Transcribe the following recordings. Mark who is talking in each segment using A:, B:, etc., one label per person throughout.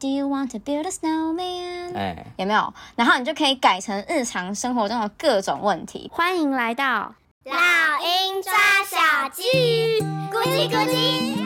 A: Do you want to build a snowman？
B: 哎，
A: 有没有？然后你就可以改成日常生活中的各种问题。欢迎来到
C: 老鹰抓小鸡，咕叽咕叽。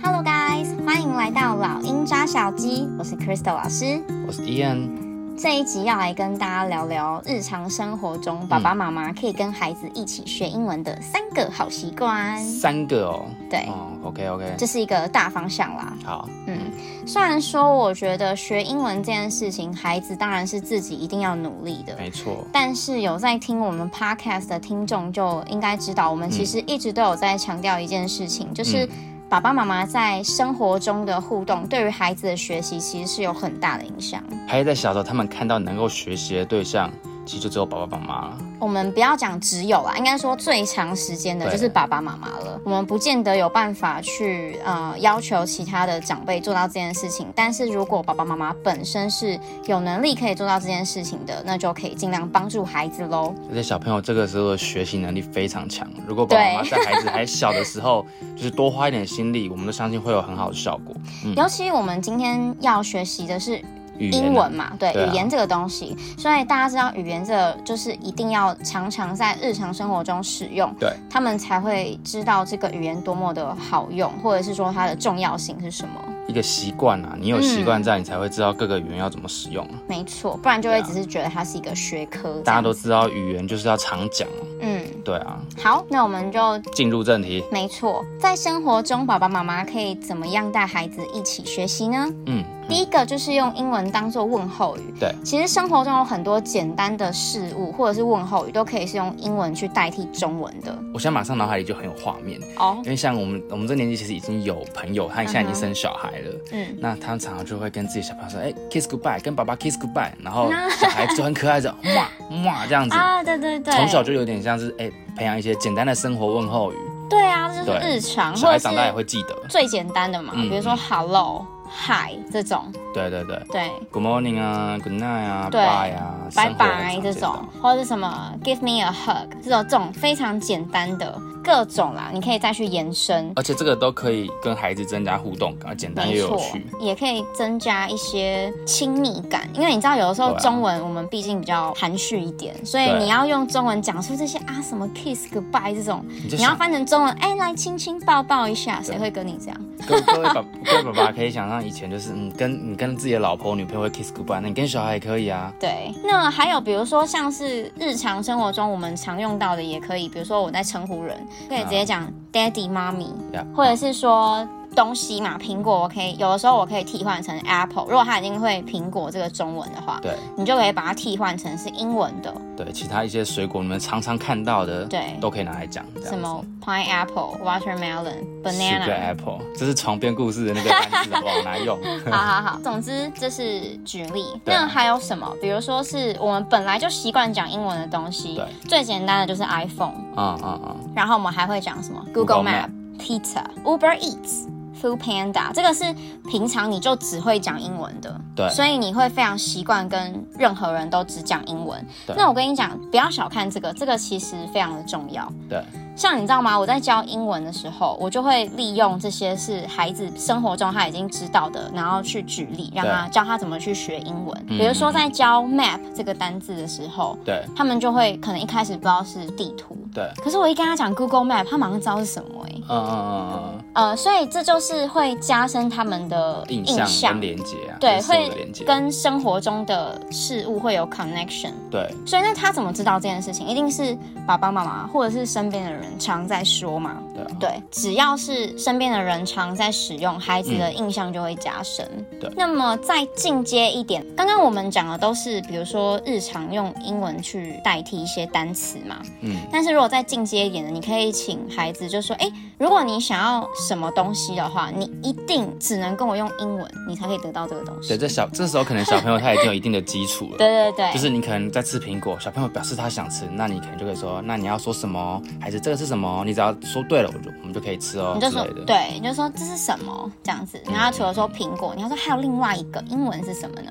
A: Hello guys，欢迎来到老鹰抓小鸡，我是 Crystal 老师。
B: 我是 Ian，
A: 这一集要来跟大家聊聊日常生活中爸爸妈妈可以跟孩子一起学英文的三个好习惯。
B: 三个哦，
A: 对
B: 哦，OK OK，
A: 这是一个大方向啦，
B: 好，
A: 嗯，虽然说我觉得学英文这件事情，孩子当然是自己一定要努力的，
B: 没错，
A: 但是有在听我们 podcast 的听众就应该知道，我们其实一直都有在强调一件事情，就是
B: 嗯
A: 爸爸妈妈在生活中的互动，对于孩子的学习其实是有很大的影响。
B: 还在小时候他们看到能够学习的对象，其实就只有爸爸妈妈了，
A: 我们不要讲只有啦，应该说最长时间的
B: 对
A: 就是爸爸妈妈了。我们不见得有办法去呃要求其他的长辈做到这件事情，但是如果爸爸妈妈本身是有能力可以做到这件事情的，那就可以尽量帮助孩子喽。
B: 而且小朋友这个时候的学习能力非常强，如果爸爸妈妈
A: 对
B: 在孩子还小的时候，就是多花一点心力，我们都相信会有很好的效果。嗯，
A: 尤其我们今天要学习的是
B: 语言啊
A: 英文嘛，对
B: 对啊
A: 语言这个东西，所以大家知道语言这个就是一定要常常在日常生活中使用，
B: 对，
A: 他们才会知道这个语言多么的好用，或者是说它的重要性是什么。
B: 一个习惯啊，你有习惯在，你才会知道各个语言要怎么使用啊。
A: 没错，不然就会
B: 对啊
A: 只是觉得它是一个学科。
B: 大家都知道语言就是要常讲哦，
A: 这样子嗯，
B: 对啊。
A: 好，那我们就
B: 进入正题，
A: 没错，在生活中，爸爸妈妈可以怎么样带孩子一起学习呢？
B: 嗯，
A: 第一个就是用英文当做问候语。
B: 对，
A: 其实生活中有很多简单的事物或者是问候语，都可以是用英文去代替中文的。
B: 我现在马上脑海里就很有画面，
A: 哦
B: 因，为像我们我们这年纪其实已经有朋友，他现在已经生小孩了。
A: 嗯，
B: 那他们常常就会跟自己小朋友说，哎、k i s s goodbye，跟爸爸 kiss goodbye，然后小孩就很可爱的，哇哇这样子，
A: 啊，对对对，
B: 从小就有点像是哎、培养一些简单的生活问候语，
A: 对啊，这就是
B: 对
A: 日常，
B: 小
A: 或者
B: 孩
A: 是
B: 长大也会记得。
A: 最简单的嘛，
B: 嗯
A: 比如说 hello、hi 这种，
B: 对对对
A: 对。
B: ，Good morning 啊，Good night 啊
A: 对
B: ，Bye 啊，
A: 拜
B: 生活很常
A: 拜
B: 见
A: 这
B: 到
A: 种，或者是什么 give me a hug 这种这种非常简单的各种啦，你可以再去延伸，
B: 而且这个都可以跟孩子增加互动感，简单
A: 没
B: 又有
A: 错
B: 趣。，
A: 也可以增加一些亲密感，因为你知道有的时候
B: 对啊
A: 中文我们毕竟比较含蓄一点，所以
B: 对啊
A: 你要用中文讲出这些啊什么 kiss goodbye 这种，
B: 你就
A: 你要
B: 想
A: 翻成中文，哎、来亲亲抱抱一下，
B: 对
A: 谁会跟你这样？
B: 各位各位爸各位爸爸可以想象以前就是，嗯，跟你跟自己的老婆女朋友会 kiss goodbye，那你跟小孩也可以啊。
A: 对，那还有比如说像是日常生活中我们常用到的也可以，比如说我在称呼人，可以直接
B: 啊
A: 讲 daddy、mommy，
B: 呀
A: 或者是说东西嘛，苹果我可以有的时候我可以替换成 apple，如果它已经会苹果这个中文的话，
B: 对
A: 你就可以把它替换成是英文的，
B: 对，其他一些水果你们常常看到的，
A: 对
B: 都可以拿来讲。这样
A: 什
B: 子
A: 么 pineapple、watermelon、
B: 十个
A: banana。
B: apple，这是床边故事的那个单词，好不好拿来用？
A: 好好好，总之这是举例。
B: 对
A: 那还有什么？比如说是我们本来就习惯讲英文的东西
B: 对，
A: 最简单的就是 iPhone。
B: 啊啊啊！
A: 然后我们还会讲什么
B: Google
A: Google
B: Map
A: Map、Pizza、Uber Eats、Food Panda，这个是平常你就只会讲英文的，
B: 对
A: 所以你会非常习惯跟任何人都只讲英文
B: 对。
A: 那我跟你讲，不要小看这个，这个其实非常的重要。
B: 对，
A: 像你知道吗？我在教英文的时候，我就会利用这些是孩子生活中他已经知道的，然后去举例，让他教他怎么去学英文。
B: 嗯
A: 比如说在教 map 这个单字的时候，
B: 对，
A: 他们就会可能一开始不知道是地图，
B: 对，
A: 可是我一跟他讲 Google Map，他马上知道是什么哎、欸，
B: 嗯嗯嗯嗯嗯，
A: 呃，所以这就是会加深他们的
B: 印
A: 象，
B: 象跟连接啊，
A: 对，
B: 跟所有的连
A: 会
B: 接，
A: 跟生活中的事物会有 connection。
B: 对
A: 所以那他怎么知道这件事情？一定是爸爸妈妈或者是身边的人常在说嘛。
B: 对啊
A: 对，只要是身边的人常在使用，孩子的印象就会加深。
B: 嗯对
A: 那么再进阶一点，刚刚我们讲的都是比如说日常用英文去代替一些单词嘛。
B: 嗯。
A: 但是如果再进阶一点的，你可以请孩子就说，哎、如果你想要什么东西的话，你一定只能跟我用英文，你才可以得到这个东西。
B: 对，这小这时候可能小朋友他已经有一定的基础了。
A: 对对对，
B: 就是你可能在吃苹果，小朋友表示他想吃，那你可能就可以说，那你要说什么？还是这个是什么？你只要说对了，我就我们就可以吃哦
A: 你
B: 之
A: 就说
B: 类的。，
A: 对，你就说这是什么这样子。然后除了说苹果，你要说还有另外一个英文是什么呢？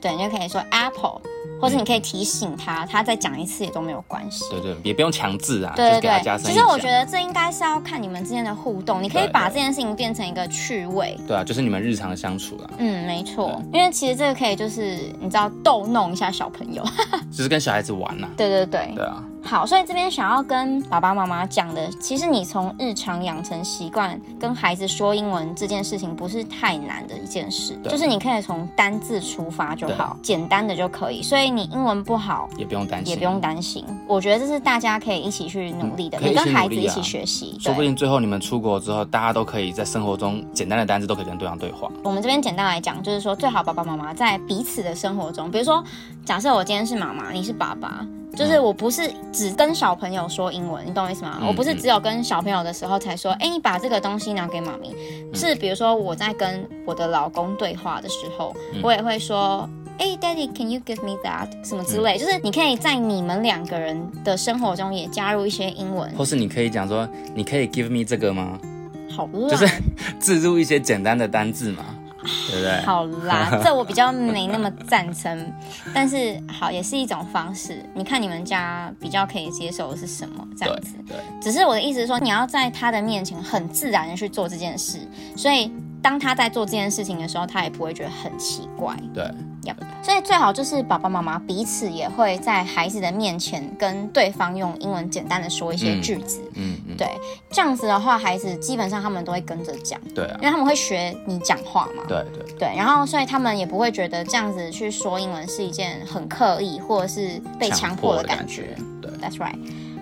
A: 对，你就可以说 apple，或是你可以提醒他，他再讲一次也都没有关系。
B: 对对，也不用强制啊，
A: 对
B: 就是给他
A: 对
B: 加
A: 对，
B: 深
A: 其
B: 印
A: 实
B: 象。
A: 我觉得这应该是要看你们之间的互动，你可以
B: 对
A: 把这
B: 对
A: 件事情变成一个趣味。
B: 对啊，就是你们日常的相处啦，
A: 嗯，没错，因为其实这个可以就是你知道逗弄一下小朋友，
B: 就是跟小孩子玩啦。
A: 对对对，
B: 对啊，
A: 好，所以这边想要跟爸爸妈妈讲的，其实你从日常养成习惯跟孩子说英文这件事情，不是太难的一件事，
B: 对
A: 就是你可以从单字出发就
B: 对
A: 好，简单的就可以。所以你英文不好。
B: 也不用担心，
A: 也不用担心，我觉得这是大家可以一起去努力的，
B: 嗯可以
A: 你
B: 一起
A: 跟
B: 努
A: 孩子
B: 力
A: 一
B: 啊
A: 起学习。
B: 说不
A: 对，
B: 定最后你们出国之后，大家都可以在生活中简单的单字都可以跟对方对话。
A: 我们这边简单来讲，就是说最好爸爸妈妈在彼此的生活中，比如说，假设我今天是妈妈，你是爸爸。就是我不是只跟小朋友说英文，你懂我意思吗？
B: 嗯
A: 我不是只有跟小朋友的时候才说，哎、你把这个东西拿给妈咪。是比如说我在跟我的老公对话的时候，
B: 嗯
A: 我也会说，哎、d a d d y c a n you give me that？什么之
B: 嗯
A: 类，就是你可以在你们两个人的生活中也加入一些英文，
B: 或是你可以讲说，你可以 give me 这个吗？
A: 好乱。啊
B: 就是置入一些简单的单字嘛，对不对？
A: 好啦，这我比较没那么赞成，但是好也是一种方式。你看你们家比较可以接受的是什么这样子？
B: 对，
A: 只是我的意思是说，你要在他的面前很自然的去做这件事，所以当他在做这件事情的时候，他也不会觉得很奇怪。
B: 对，
A: Yep 所以最好就是爸爸妈妈彼此也会在孩子的面前跟对方用英文简单的说一些
B: 嗯
A: 句子，
B: 嗯嗯，
A: 对，这样子的话，孩子基本上他们都会跟着讲，
B: 对啊
A: 因，为他们会学你讲话嘛。
B: 对对，
A: 对，然后所以他们也不会觉得这样子去说英文是一件很刻意或者是被强迫的感觉。
B: 对，
A: That's right。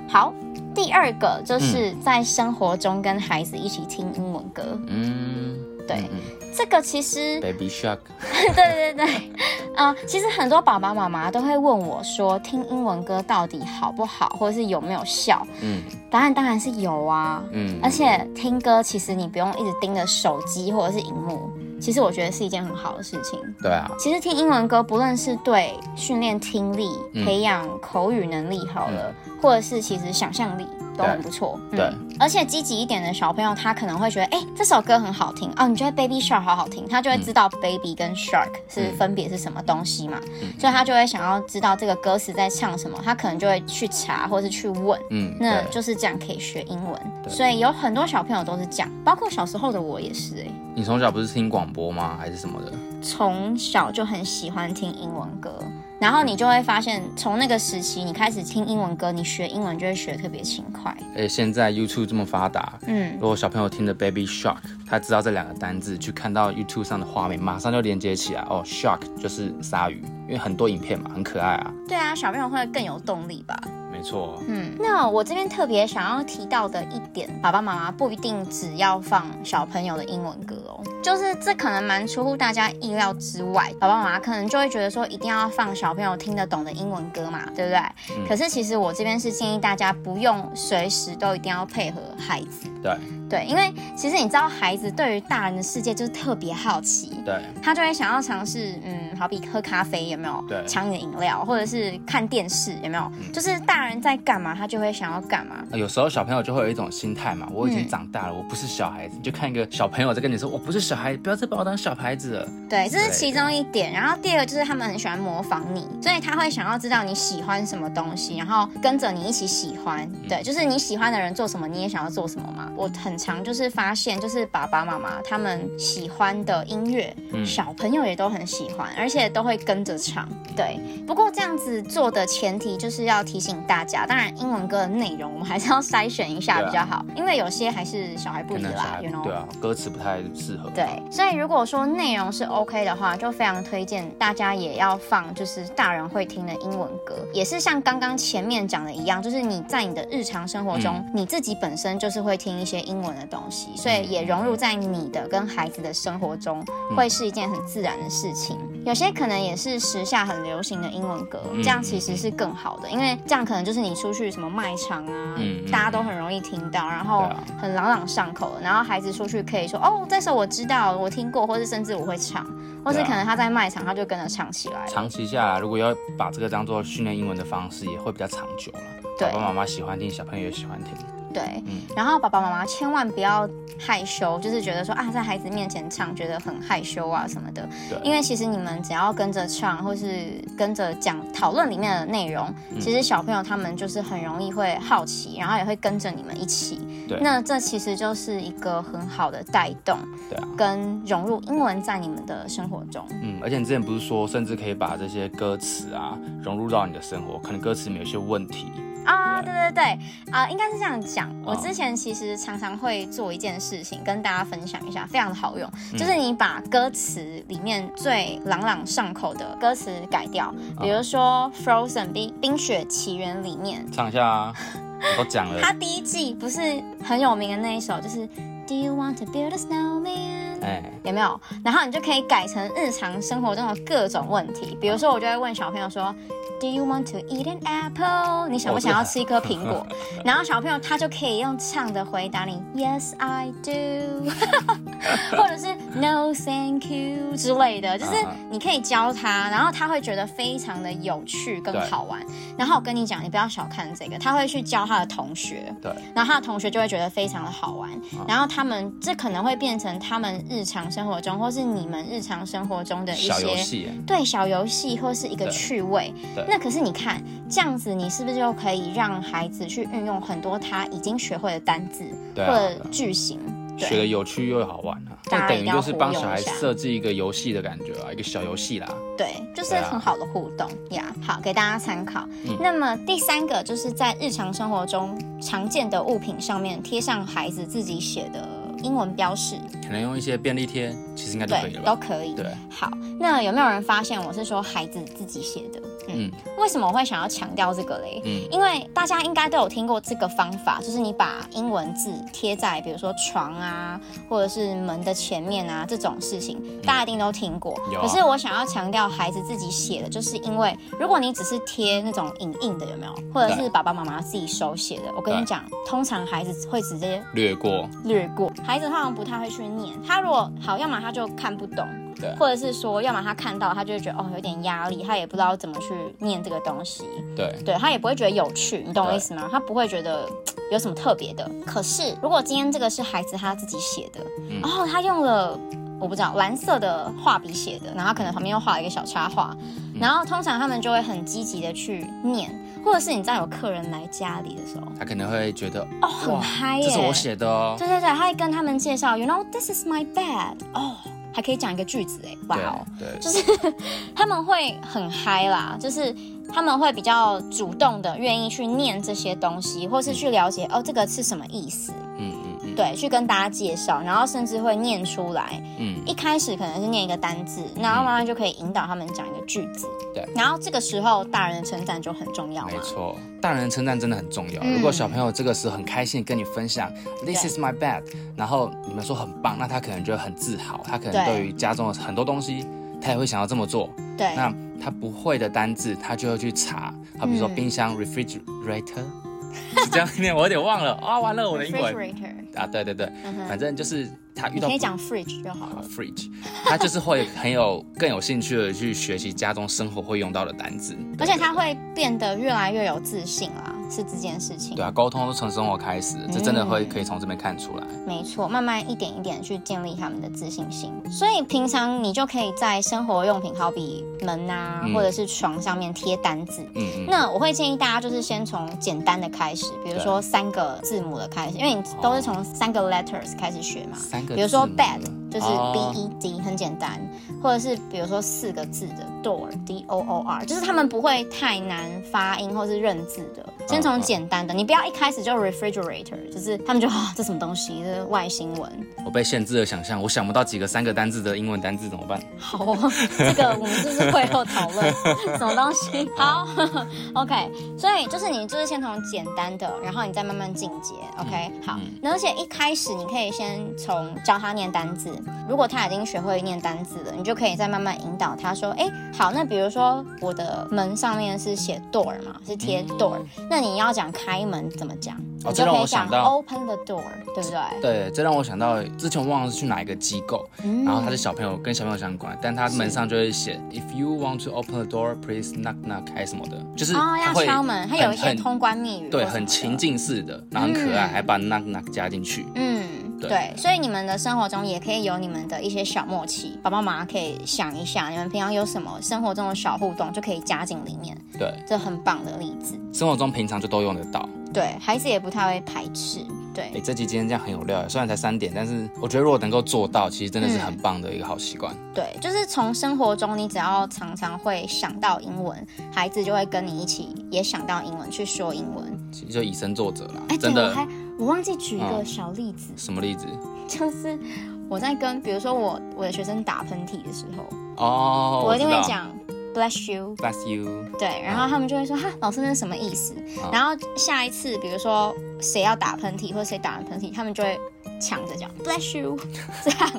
A: 好，第二个就是在生活中跟孩子一起听英文歌。
B: 嗯，
A: 对
B: 嗯
A: 这个其实，
B: ，Baby Shark，
A: 对 对对，呃，其实很多爸爸妈妈都会问我说，听英文歌到底好不好，或者是有没有效？
B: 嗯
A: 答案当然是有啊。
B: 嗯，
A: 而且听歌其实你不用一直盯着手机或者是荧幕，其实我觉得是一件很好的事情。
B: 对啊，
A: 其实听英文歌，不论是对训练听力、
B: 嗯
A: 培养口语能力好了，或者是其实想象力都很不错。
B: 对
A: 嗯而且积极一点的小朋友，他可能会觉得，哎、这首歌很好听哦，你觉得 Baby Shark 好好听，他就会知道 Baby 跟 Shark
B: 嗯
A: 是分别是什么东西嘛，所以他就会想要知道这个歌词在唱什么，他可能就会去查或是去问。
B: 嗯，
A: 那
B: 对
A: 就是这样可以学英文，
B: 对
A: 所以有很多小朋友都是这样，包括小时候的我也是、哎。
B: 你从小不是听广播吗？还是什么的？
A: 从小就很喜欢听英文歌，然后你就会发现，从那个时期你开始听英文歌，你学英文就会学得特别勤快。
B: 而且哎现在 YouTube 这么发达，
A: 嗯，
B: 如果小朋友听着 Baby Shark，他知道这两个单字，去看到 YouTube 上的画面，马上就连接起来。哦，Shark 就是鲨鱼，因为很多影片嘛，很可爱啊。
A: 对啊，小朋友会更有动力吧？
B: 没错，
A: 嗯，那我这边特别想要提到的一点，爸爸妈妈不一定只要放小朋友的英文歌哦，就是这可能蛮出乎大家意料之外，爸爸妈妈可能就会觉得说一定要放小朋友听得懂的英文歌嘛，对不对？可是其实我这边是建议大家不用随时都一定要配合孩子。
B: 对
A: 对，因为其实你知道，孩子对于大人的世界就是特别好奇，
B: 对
A: 他就会想要尝试，嗯，好比喝咖啡有没有？
B: 对嗯
A: 抢你的饮料，或者是看电视有没有？就是大人在干嘛，他就会想要干嘛。
B: 有时候小朋友就会有一种心态嘛，我已
A: 嗯
B: 经长大了，我不是小孩子。你就看一个小朋友在跟你说，我不是小孩，不要再把我当小孩子了。
A: 对，这是
B: 对
A: 其中一点。然后第二个就是他们很喜欢模仿你，所以他会想要知道你喜欢什么东西，然后跟着你一起喜欢。
B: 嗯
A: 对，就是你喜欢的人做什么，你也想要做什么嘛。我很常就是发现，就是爸爸妈妈他们喜欢的音乐，
B: 嗯
A: 小朋友也都很喜欢，而且都会跟着唱。对，不过这样子做的前提就是要提醒大家，当然英文歌的内容我们还是要筛选一下
B: 对啊
A: 比较好，因为有些还是小孩不
B: 可
A: 宜
B: 能小
A: 啦
B: 孩
A: ，you know。
B: 对啊，歌词不太适合。
A: 对，所以如果说内容是 OK 的话，就非常推荐大家也要放，就是大人会听的英文歌，也是像刚刚前面讲的一样，就是你在你的日常生活中，你自己本身就是会听一些英文的东西，所以也融入在你的跟孩子的生活中，会是一件很自然的事情。有些可能也是时下很流行的英文歌，这样其实是更好的，因为这样可能就是你出去什么卖场啊，
B: 嗯嗯
A: 大家都很容易听到，然后
B: 对啊
A: 很朗朗上口，然后孩子出去可以说哦，这首我知道，我听过，或是甚至我会唱，或是
B: 对啊
A: 可能他在卖场他就跟着唱起来了。
B: 长期下来，如果要把这个当做训练英文的方式，也会比较长久了。
A: 对
B: 爸爸妈妈喜欢听，小朋友也喜欢听。
A: 对，
B: 嗯
A: 然后爸爸妈妈千万不要害羞，就是觉得说啊，在孩子面前唱觉得很害羞啊什么的。
B: 对
A: 因为其实你们只要跟着唱，或是跟着讲讨论里面的内容，
B: 嗯
A: 其实小朋友他们就是很容易会好奇，然后也会跟着你们一起。
B: 对
A: 那这其实就是一个很好的带动
B: 对啊，
A: 跟融入英文在你们的生活中。
B: 嗯，而且你之前不是说，甚至可以把这些歌词啊融入到你的生活，可能歌词里面有些问题，
A: 啊，对对对，啊、应该是这样讲。我
B: 哦
A: 之前其实常常会做一件事情，跟大家分享一下，非常的好用，就是你把歌词里面最朗朗上口的歌词改掉，比如说《Frozen》冰冰雪奇缘》里面，
B: 唱一下啊，我都讲了，
A: 它第一季不是很有名的那一首，就是 Do you want to build a snowman？
B: 哎、
A: 有没有？然后你就可以改成日常生活中的各种问题，比如说我就会问小朋友说，Do you want to eat an apple？你想不想要吃一颗苹果？然后小朋友他就可以用唱的回答你，Yes I do，或者是 No thank you 之类的，就是
B: 嗯嗯
A: 你可以教他，然后他会觉得非常的有趣跟
B: 对
A: 好玩。然后我跟你讲，你不要小看这个，他会去教他的同学。
B: 对，
A: 然后他的同学就会觉得非常的好玩，
B: 嗯啊
A: 然后他们这可能会变成他们日常生活中，或是你们日常生活中的一
B: 小游
A: 些
B: 戏，
A: 对小游戏或是一个
B: 对
A: 趣味
B: 对。
A: 那可是你看这样子，你是不是就可以让孩子去运用很多他已经学会的单字、
B: 对
A: 或
B: 啊，
A: 者句型？
B: 学的
A: 对
B: 有趣又好玩啊，
A: 大家
B: 那等于就是帮
A: 一定要
B: 小孩
A: 活用一下
B: 设计一个游戏的感觉啊，一个小游戏啦，
A: 对，就是
B: 对啊嗯
A: 很好的互动呀。好，给大家参考。那么第三个就是在日常生活中常见的物品上面贴上孩子自己写的英文标示。
B: 可能用一些便利贴，其实应该就可以
A: 对
B: 了，
A: 都
B: 吧？
A: 可以。
B: 对，
A: 好，那有没有人发现我是说孩子自己写的？嗯，
B: 嗯
A: 为什么我会想要强调这个嘞？
B: 嗯，
A: 因为大家应该都有听过这个方法，就是你把英文字贴在比如说床啊，或者是门的前面啊这种事情，大家一定都听过。
B: 嗯有啊
A: 可是我想要强调孩子自己写的，就是因为如果你只是贴那种影印的，有没有？或者是
B: 对
A: 爸爸妈妈自己手写的，我跟你
B: 对
A: 讲，通常孩子会直接
B: 略过，
A: 略过。
B: 嗯
A: 孩子通常不太会去念，他如果好，要么他就看不懂，
B: 对
A: 或者是说，要么他看到他就会觉得哦有点压力，他也不知道怎么去念这个东西，
B: 对，
A: 对他也不会觉得有趣，你懂我
B: 对
A: 意思吗？他不会觉得嘖有什么特别的。可是如果今天这个是孩子他自己写的，
B: 嗯
A: 然后他用了。我不知道蓝色的画笔写的，然后可能旁边又画了一个小插画，
B: 嗯
A: 然后通常他们就会很积极的去念，或者是你知道有客人来家里的时候，
B: 他可能会觉得
A: 哦，很嗨耶，
B: 这是我写的哦，
A: 对对对，他会跟他们介绍，you know this is my bed，哦，还可以讲一个句子哎，哇
B: 对
A: 哦，
B: 对，
A: 就是他们会很嗨啦，就是他们会比较主动的愿意去念这些东西，或是去了解哦这个是什么意思，
B: 嗯嗯嗯
A: 对，去跟大家介绍，然后甚至会念出来。
B: 嗯，
A: 一开始可能是念一个单字，然后慢慢就可以引导他们讲一个句子。
B: 对，
A: 然后这个时候大人的称赞就很重要嘛
B: 没。错，大人的称赞真的很重要。
A: 嗯
B: 如果小朋友这个时候很开心地跟你分享 “This is my bed”，然后你们说很棒，那他可能就会很自豪，他可能
A: 对
B: 对于家中的很多东西，他也会想要这么做。
A: 对，
B: 那他不会的单字，他就会去查，好比如说
A: 嗯
B: 冰箱 “refrigerator”，是这样念，我有点 忘了啊，完了我的英文
A: refrigerator，
B: 啊，对对对，
A: 嗯哼
B: 反正就是他遇
A: 你
B: 到
A: 可以
B: 不
A: 讲 fridge 就好
B: 啊
A: 了。
B: fridge，他就是会很有更有兴趣的去学习家中生活会用到的单字，
A: 而且他会变得越来越有自信啦，是这件事情。
B: 对啊，沟通都从生活开始，这真的会可以从这边看出来。
A: 没错，慢慢一点一点去建立他们的自信心。所以平常你就可以在生活用品，好比门啊，
B: 嗯
A: 或者是床上面贴单字。
B: 嗯嗯，
A: 那我会建议大家就是先从简单的开始，比如
B: 对
A: 说三个字母的开始，因为你都是从三个 letters 开始学嘛。
B: 三个字母，
A: 比如说 bed 就是
B: 哦
A: b e d、很简单，或者是比如说四个字的 door d o o r，就是他们不会太难发音或是认字的，先从
B: 嗯
A: 简单的，你不要一开始就 refrigerator，就是他们就啊这什么东西，这是外星文，
B: 我被限制了想象，我想不到几个三个单字的英文单字怎么办？
A: 好哦，这个我们是不是会后讨 论什么东西？好，OK，所以就是你就是先从简单的，然后你再慢慢进阶，OK，、好。
B: 嗯
A: 那而且一开始你可以先从教他念单字，如果他已经学会念单字了，你就可以再慢慢引导他说，哎，好，那比如说我的门上面是写 door 嘛，是贴 door，、那你要讲开门怎么讲？
B: 嗯哦，
A: 你
B: 这
A: 就
B: 让
A: 可
B: 我
A: 以讲
B: 想到
A: open the door，对不对？
B: 对，这让我想到之前忘了是去哪一个机构，
A: 嗯
B: 然后他是小朋友跟小朋友相关，但他
A: 是
B: 门上就会写 If you want to open the door, please knock knock 还是什么的，就是
A: 哦，
B: 他
A: 要
B: 会
A: 敲门，它有
B: 很
A: 一些
B: 很
A: 通关密语，
B: 对，很情。境式的，然后很可爱，
A: 嗯
B: 还把 knock knock 加进去。
A: 嗯，
B: 对
A: 对，所以你们的生活中也可以有你们的一些小默契，爸爸妈妈可以想一想，你们平常有什么生活中的小互动，就可以加进里面，
B: 对，
A: 这很棒的例子。
B: 生活中平常就都用得到。
A: 对孩子也不太会排斥，对
B: 哎、，这集今天这样很有料，虽然才三点，但是我觉得如果能够做到，其实真的是
A: 嗯
B: 很棒的一个好习惯。
A: 对，就是从生活中，你只要常常会想到英文，孩子就会跟你一起也想到英文，去说英文。
B: 其实就以身作则啦，
A: 哎，对，
B: 真
A: 我
B: 的。
A: 还我忘记举一个
B: 嗯
A: 小例子，
B: 什么例子？
A: 就是我在跟比如说我我的学生打喷嚏的时候，
B: 哦，
A: 我一定
B: 知
A: 会
B: 道。
A: 讲 bless you，
B: Bless you。
A: 对，然后他们就会说哈，老师那是什么意思？
B: 啊
A: 然后下一次比如说谁要打喷嚏或者谁打完喷嚏，他们就会抢着讲 bless you，这 样，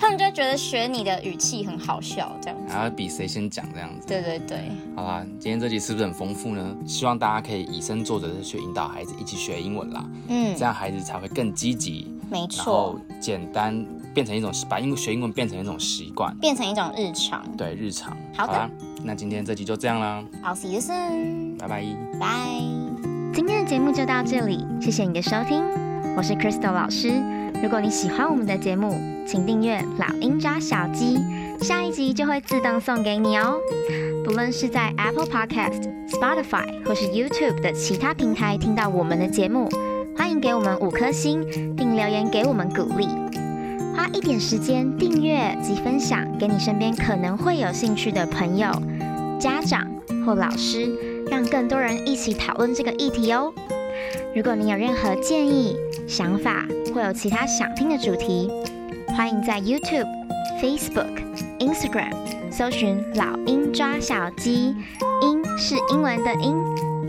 A: 他们就会觉得学你的语气很好笑，这样子。
B: 然后比谁先讲这样子。
A: 对对对，
B: 好啦，今天这集是不是很丰富呢？希望大家可以以身作则的去引导孩子一起学英文啦，
A: 嗯
B: 这，样孩子才会更积极，
A: 没
B: 然后
A: 错，
B: 简单变成一种把英文学英文变成一种习惯，
A: 变成一种日常。
B: 对日常。
A: 好的
B: 啦，那今天这集就这样啦，
A: I'll see you soon，
B: 拜拜。
A: 拜。
D: 今天的节目就到这里，谢谢你的收听，我是 Crystal 老师。如果你喜欢我们的节目，请订阅《老鹰抓小鸡》，下一集就会自动送给你哦。不论是在 Apple Podcast、Spotify 或是 YouTube 的其他平台听到我们的节目，欢迎给我们五颗星，并留言给我们鼓励。花一点时间订阅及分享给你身边可能会有兴趣的朋友、家长或老师。让更多人一起讨论这个议题哦。如果你有任何建议、想法，或有其他想听的主题，欢迎在 YouTube、Facebook、Instagram 搜寻“老鹰抓小鸡”，鹰是英文的鹰，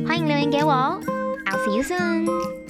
D: 欢迎留言给我哦。I'll see you soon.